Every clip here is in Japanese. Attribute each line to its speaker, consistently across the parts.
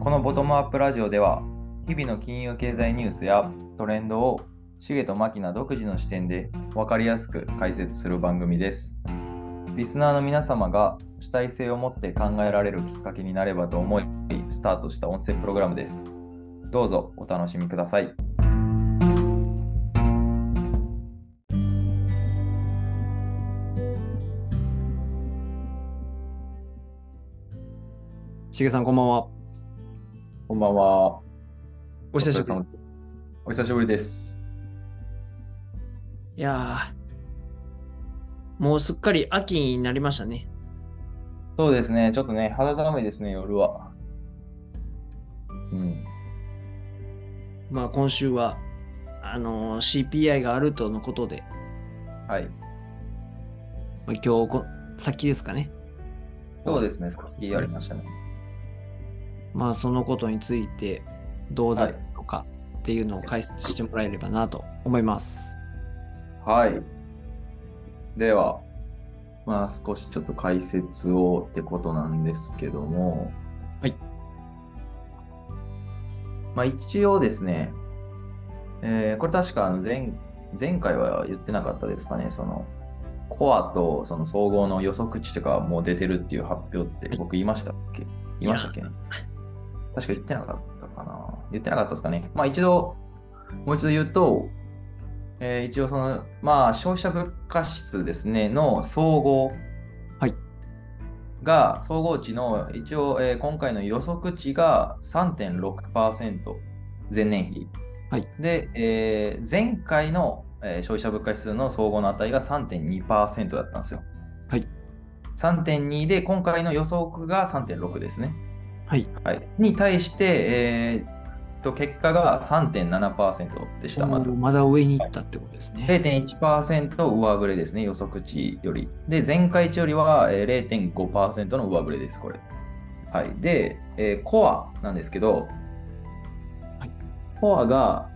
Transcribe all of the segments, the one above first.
Speaker 1: このボトムアップラジオでは日々の金融経済ニュースやトレンドをシゲとマキナ独自の視点で分かりやすく解説する番組ですリスナーの皆様が主体性を持って考えられるきっかけになればと思いスタートした音声プログラムですどうぞお楽しみください
Speaker 2: しげさん、こんばんは。
Speaker 1: こんばんは
Speaker 2: お久しぶり。
Speaker 1: りですお久しぶりです
Speaker 2: いやー、もうすっかり秋になりましたね。
Speaker 1: そうですねちょっとね肌寒いですね夜はうん
Speaker 2: まあ、今週は、あのー CPI があるとのことで、
Speaker 1: はい
Speaker 2: まあ、今日こ、先ですかね。
Speaker 1: そうですねさっきやりましたね
Speaker 2: まあ、そのことについて、どうだったのかっていうのを解説してもらえればなと思います。
Speaker 1: はい。では、まあ少しちょっと解説をってことなんですけども。
Speaker 2: はい。
Speaker 1: まあ一応ですね、えーこれ確かあの前前回は言ってなかったですかね、そのコアとその総合の予測値とかもう出てるっていう発表って僕言いましたっけ言いましたっけ確か言ってなかったかな言ってなかったですかねまあ一度、もう一度言うと、えー一応その、まあ消費者物価指数ですね、の総合
Speaker 2: はい
Speaker 1: が、総合値の一応、えー今回の予測値が3.6%前年比。
Speaker 2: はい
Speaker 1: で、えー前回の、えー消費者物価指数の総合の値が3.2%だったんですよ。
Speaker 2: はい。
Speaker 1: 3.2で、今回の予測が3.6ですね。
Speaker 2: はい。
Speaker 1: はい、に対して、えーと結果が3.7%でした、まず
Speaker 2: おー。まだ上に行ったってことですね。
Speaker 1: 0.1%上振れですね、予測値より。で、前回値よりはえー0.5%の上振れです、これ。はい。で、えーコアなんですけど、
Speaker 2: はい
Speaker 1: コアが、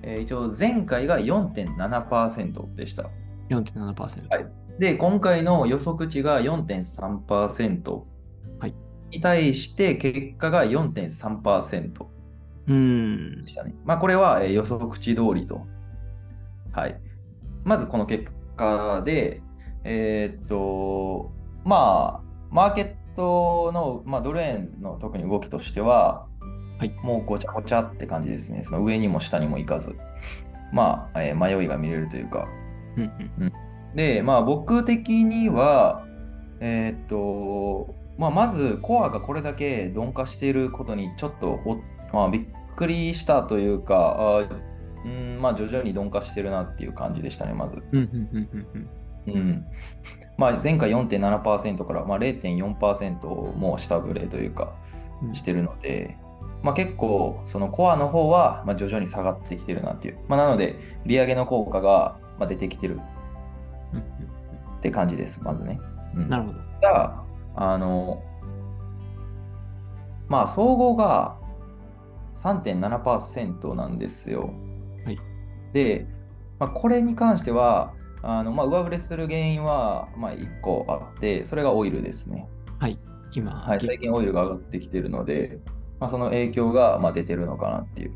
Speaker 1: えー一応前回が4.7%でした。
Speaker 2: 4.7%。
Speaker 1: はいで、今回の予測値が4.3%
Speaker 2: はい
Speaker 1: に対して、結果が4.3%。
Speaker 2: うーん
Speaker 1: で。したね。まあ、これは、えー予測値通りと。はい。まずこの結果で、えーっと、まあ、マーケットの、まあ、ドル円の特に動きとしては、
Speaker 2: はい
Speaker 1: もうごちゃごちゃって感じですね。その上にも下にも行かず。まあ、えー迷いが見れるというか。
Speaker 2: うんうん
Speaker 1: で、まあ、僕的には、えーっと、まあ、まずコアがこれだけ鈍化していることにちょっとお、まあ、びっくりしたというか、あーうん、まあ、徐々に鈍化してるなっていう感じでしたね、まず。
Speaker 2: うんうんうんうんうん
Speaker 1: うん。まあ、前回4.7%から、まあ、0.4%も下振れというか、
Speaker 2: うん
Speaker 1: してるので、まあ、結構そのコアの方はまあ徐々に下がってきてるなっていう、まあ、なので利上げの効果がまあ出てきてる
Speaker 2: うん
Speaker 1: って感じですまずね。
Speaker 2: うんなるほど。
Speaker 1: ただあのまあ総合が3.7%なんですよ。
Speaker 2: はい
Speaker 1: で、まあ、これに関してはあの、まあ、上振れする原因は、まあ、1個あってそれがオイルですね。
Speaker 2: 今、
Speaker 1: はい、最近オイルが上がってきてるので、まあ、その影響がまあ出てるのかなっていう。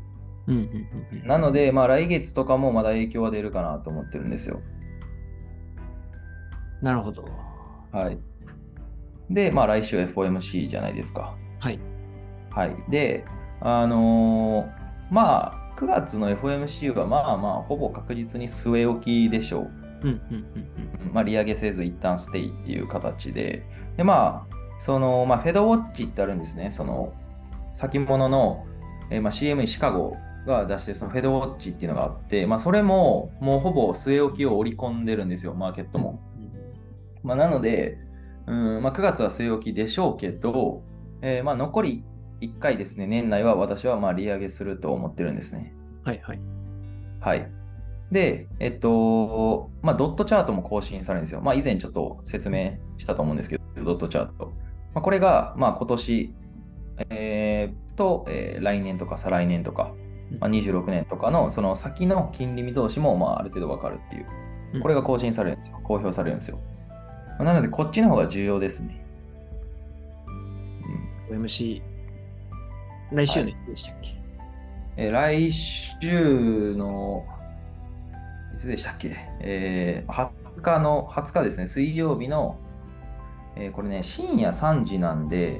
Speaker 2: うんうんうんうん
Speaker 1: なので、まあ、来月とかもまだ影響は出るかなと思ってるんですよ。
Speaker 2: なるほど。
Speaker 1: はい、で、まあ、来週 FOMC じゃないですか。
Speaker 2: はい。
Speaker 1: はい、で、あのーまあ、9月の FOMC はまあまあ、ほぼ確実に据え置きでしょう。
Speaker 2: うんうんうん
Speaker 1: うんまあ、利上げせず一旦ステイっていう形で、でまあ、その、まあ、フェドウォッチってあるんですね、その、先物の、えーまあ、CME シカゴが出してるそのフェドウォッチっていうのがあって、まあ、それももうほぼ据え置きを織り込んでるんですよ、マーケッ
Speaker 2: う
Speaker 1: ト
Speaker 2: ん。
Speaker 1: も。まあ、なので、うんまあ、9月は据え置きでしょうけど、えーまあ、残り1回ですね、年内は私はまあ利上げすると思ってるんですね。
Speaker 2: はいはい。
Speaker 1: はい。で、えっと、まあ、ドットチャートも更新されるんですよ。まあ、以前ちょっと説明したと思うんですけど、ドットチャート。まあ、これが、まあ、今年、えーと、えー来年とか再来年とか、まあ、26年とかのその先の金利見通しも、まあ、ある程度わかるっていう。これが更新されるんですよ。公表されるんですよ。まあなので、こっちの方が重要ですね。
Speaker 2: うん OMC 来週のいつでしたっけ、
Speaker 1: えー来週の、いつでしたっけ、えー20日の、20日ですね、水曜日の、えーこれね、深夜3時なんで、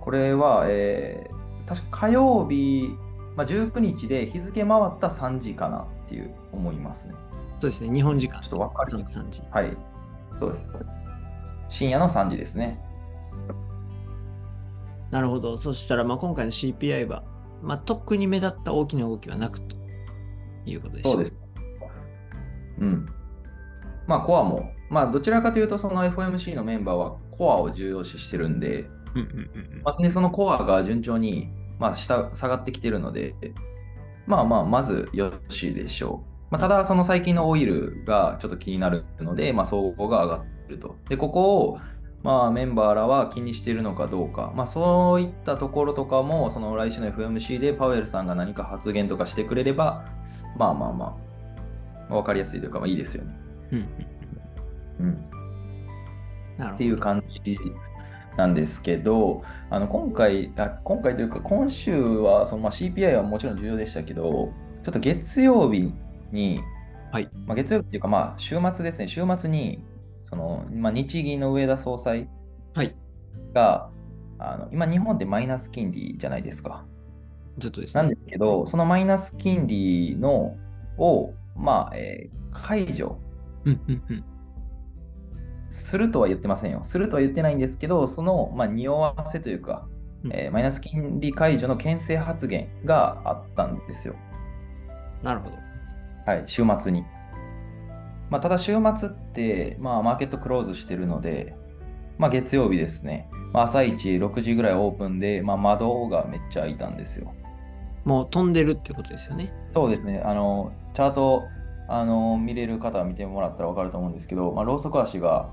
Speaker 1: これは、えー確か火曜日、まあ、19日で日付回った3時かなっていう思いますね。
Speaker 2: そうですね、日本時間
Speaker 1: ちょっとわかる。
Speaker 2: 3時。
Speaker 1: はい。そうです。深夜の3時ですね。
Speaker 2: なるほど。そしたら、まあ、今回の CPI は、まあ、特に目立った大きな動きはなくということでした。
Speaker 1: そうです。うん。まあ、コアも、まあ、どちらかというと、その FOMC のメンバーはコアを重要視してるんで、
Speaker 2: うんうんうんうん。
Speaker 1: まあ、でそのコアが順調に、まあ、下下がってきてるので、まあまあ、まずよろしいでしょう。まあ、ただ、その最近のオイルがちょっと気になるので、まあ、総合が上がってると。で、ここを、まあ、メンバーらは気にしているのかどうか、まあ、そういったところとかも、その来週の FMC でパウエルさんが何か発言とかしてくれれば、まあまあまあ、わかりやすいというか、まあいいですよね。
Speaker 2: うんうん
Speaker 1: うん。
Speaker 2: なる
Speaker 1: っ
Speaker 2: ほ
Speaker 1: て
Speaker 2: ど。
Speaker 1: いう感じなんですけど、あの今回あ、今回というか、今週はその、まあ、CPI はもちろん重要でしたけど、ちょっと月曜日に、
Speaker 2: はい
Speaker 1: まあ、月曜日っていうか、まあ、週末ですね、週末に、そのまあ、日銀の上田総裁
Speaker 2: はい。
Speaker 1: が、あの今、日本ってマイナス金利じゃないですか。
Speaker 2: ずっとです
Speaker 1: なん
Speaker 2: ね。
Speaker 1: ですけど、そのマイナス金利のを、まあえー解除
Speaker 2: うんうんうん。
Speaker 1: するとは言ってませんよ。するとは言ってないんですけど、その、まあ、匂わせというか、
Speaker 2: うん
Speaker 1: えーマイナス金利解除の牽制発言があったんですよ。
Speaker 2: なるほど。
Speaker 1: はい、週末に。まあ、ただ、週末って、まあ、マーケットクローズしてるので、まあ、月曜日ですね、まあ、朝一6時ぐらいオープンで、まあ、窓がめっちゃ開いたんですよ。
Speaker 2: もう飛んでるってことですよね。
Speaker 1: そうですね、あの、チャート、あの、見れる方は見てもらったらわかると思うんですけど、まあ、ローソク足が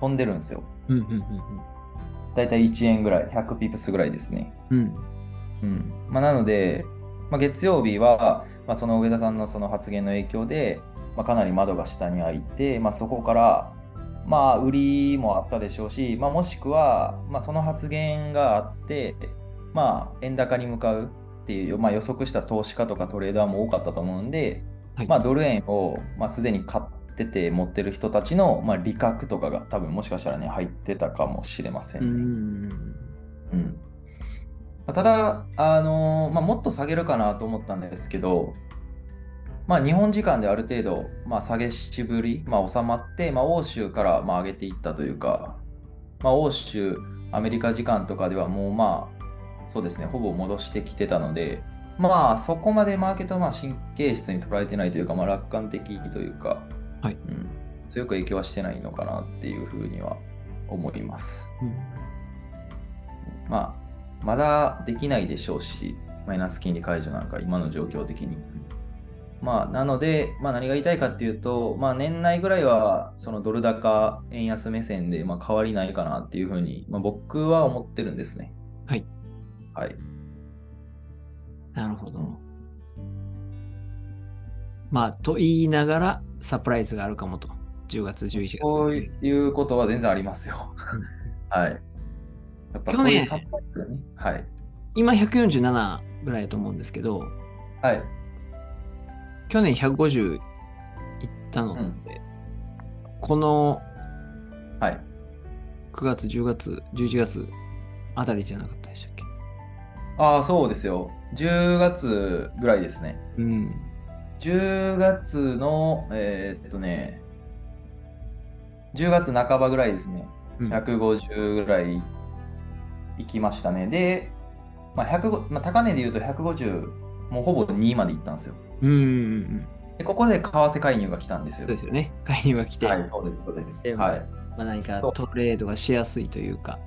Speaker 1: 飛んでるんですよ。
Speaker 2: うんうん
Speaker 1: だいたい1円ぐらい、100ピプスぐらいですね。
Speaker 2: うんうん。
Speaker 1: うんまあ、なので、まあ、月曜日は、まあ、その上田さんのその発言の影響で、まあ、かなり窓が下に開いて、まあ、そこから、まあ、売りもあったでしょうし、まあ、もしくは、まあ、その発言があって、まあ、円高に向かうっていう、まあ、予測した投資家とかトレーダーも多かったと思うんで、
Speaker 2: はい
Speaker 1: まあ、ドル円を、まあ、すでに買ってて持ってる人たちの、まあ、利確とかが多分もしかしたらね入ってたかもしれませ
Speaker 2: うん
Speaker 1: ね。
Speaker 2: んうん
Speaker 1: うんまあただ、あのーまあ、もっと下げるかなと思ったんですけど、まあ、日本時間である程度、まあ、下げしぶり、まあ、収まって、まあ、欧州からまあ上げていったというか、まあ、欧州、アメリカ時間とかではもうまあ、そうですね、ほぼ戻してきてたので、まあ、そこまでマーケットはまあ神経質に捉えてないというか、まあ、楽観的というか、
Speaker 2: はい
Speaker 1: うん、強く影響はしてないのかなっていうふうには思います。
Speaker 2: うん
Speaker 1: まあ、まだできないでしょうし、マイナス金利解除なんか今の状況的に。まあ、なので、まあ、何が言いたいかっていうと、まあ、年内ぐらいはそのドル高、円安目線でまあ変わりないかなっていうふうに、まあ、僕は思ってるんですね。
Speaker 2: はい。
Speaker 1: はい。
Speaker 2: なるほど。まあ、と言いながら、サプライズがあるかもと。10月、11月。
Speaker 1: そういうことは全然ありますよ。はい。やっぱそういう
Speaker 2: 去年
Speaker 1: サプライズがね。はい。
Speaker 2: 今147ぐらいだと思うんですけど、
Speaker 1: はい。
Speaker 2: 去年150いったので、
Speaker 1: うん
Speaker 2: この
Speaker 1: はい。
Speaker 2: 9月、10月、11月あたりじゃなかったでしたっけ
Speaker 1: ああ、そうですよ。10月ぐらいですね。
Speaker 2: うん。
Speaker 1: 10月の、えーっとね、10月半ばぐらいですね。
Speaker 2: うん
Speaker 1: 150ぐらい行きましたね。で、まあ105まあ、高値で言うと150、もうほぼ2まで行ったんですよ。
Speaker 2: うんうんうん。
Speaker 1: でここで為替介入が来たんです
Speaker 2: そ
Speaker 1: よ
Speaker 2: う。ですよね。会員が来て、
Speaker 1: はい、そうです、そうです。
Speaker 2: で
Speaker 1: はい。
Speaker 2: まあ、何か
Speaker 1: そう
Speaker 2: トレードがしやすいというか、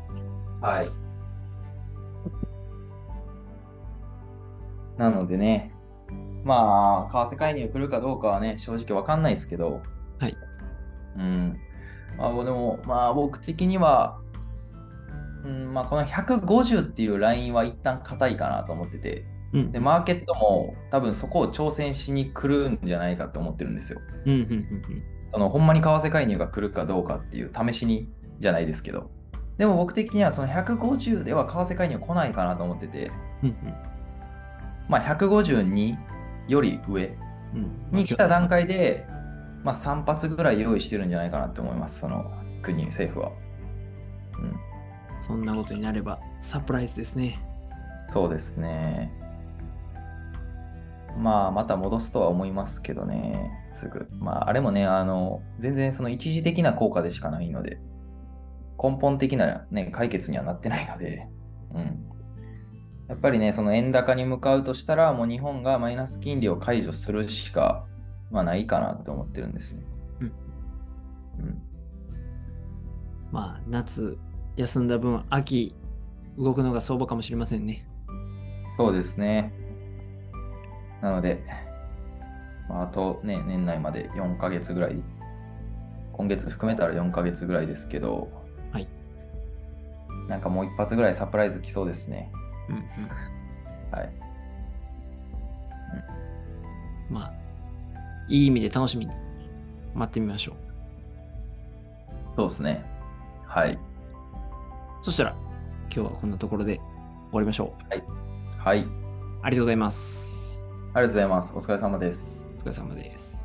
Speaker 1: はい。なのでね、まあ、為替介入来るかどうかはね、正直わかんないですけど、
Speaker 2: はい。
Speaker 1: うん。まあ、でも、まあ、僕的には、うん、まあ、この150っていうラインは一旦硬いかなと思ってて、
Speaker 2: うん
Speaker 1: で、マーケットも多分そこを挑戦しに来るんじゃないかと思ってるんですよ。
Speaker 2: うんうんうんうん
Speaker 1: そのほんまに為替介入が来るかどうかっていう試しにじゃないですけど。ででも僕的にはその150では為替介入来ないかなと思ってて、
Speaker 2: うん
Speaker 1: まあ、152より上
Speaker 2: うん。
Speaker 1: に来た段階で、まあ、3発ぐらい用意してるんじゃないかなと思います、その国、政府は。うん、
Speaker 2: そんなことになればサプライズですね。
Speaker 1: そうですね。まあ、また戻すとは思いますけどね、すぐ。まあ、あれもね、あの、全然その一時的な効果でしかないので、根本的な、ね、解決にはなってないので、うん。やっぱりね、その円高に向かうとしたら、もう日本がマイナス金利を解除するしか、まあ、ないかなと思ってるんですね。
Speaker 2: うん
Speaker 1: うん。
Speaker 2: まあ、夏休んだ分、秋動くのが相場かもしれませんね。
Speaker 1: そうですね。なので、まあ、あとね、年内まで4ヶ月ぐらい、今月含めたら4ヶ月ぐらいですけど、
Speaker 2: はい。
Speaker 1: なんかもう一発ぐらいサプライズ来そうですね。
Speaker 2: うんうん。
Speaker 1: はい。
Speaker 2: まあ、いい意味で楽しみに待ってみましょう。
Speaker 1: そうですね。はい。
Speaker 2: そしたら、今日はこんなところで終わりましょう。
Speaker 1: はい。あり
Speaker 2: ありがとうございます。
Speaker 1: がとうございます。お疲れ様です。
Speaker 2: お疲れ様です。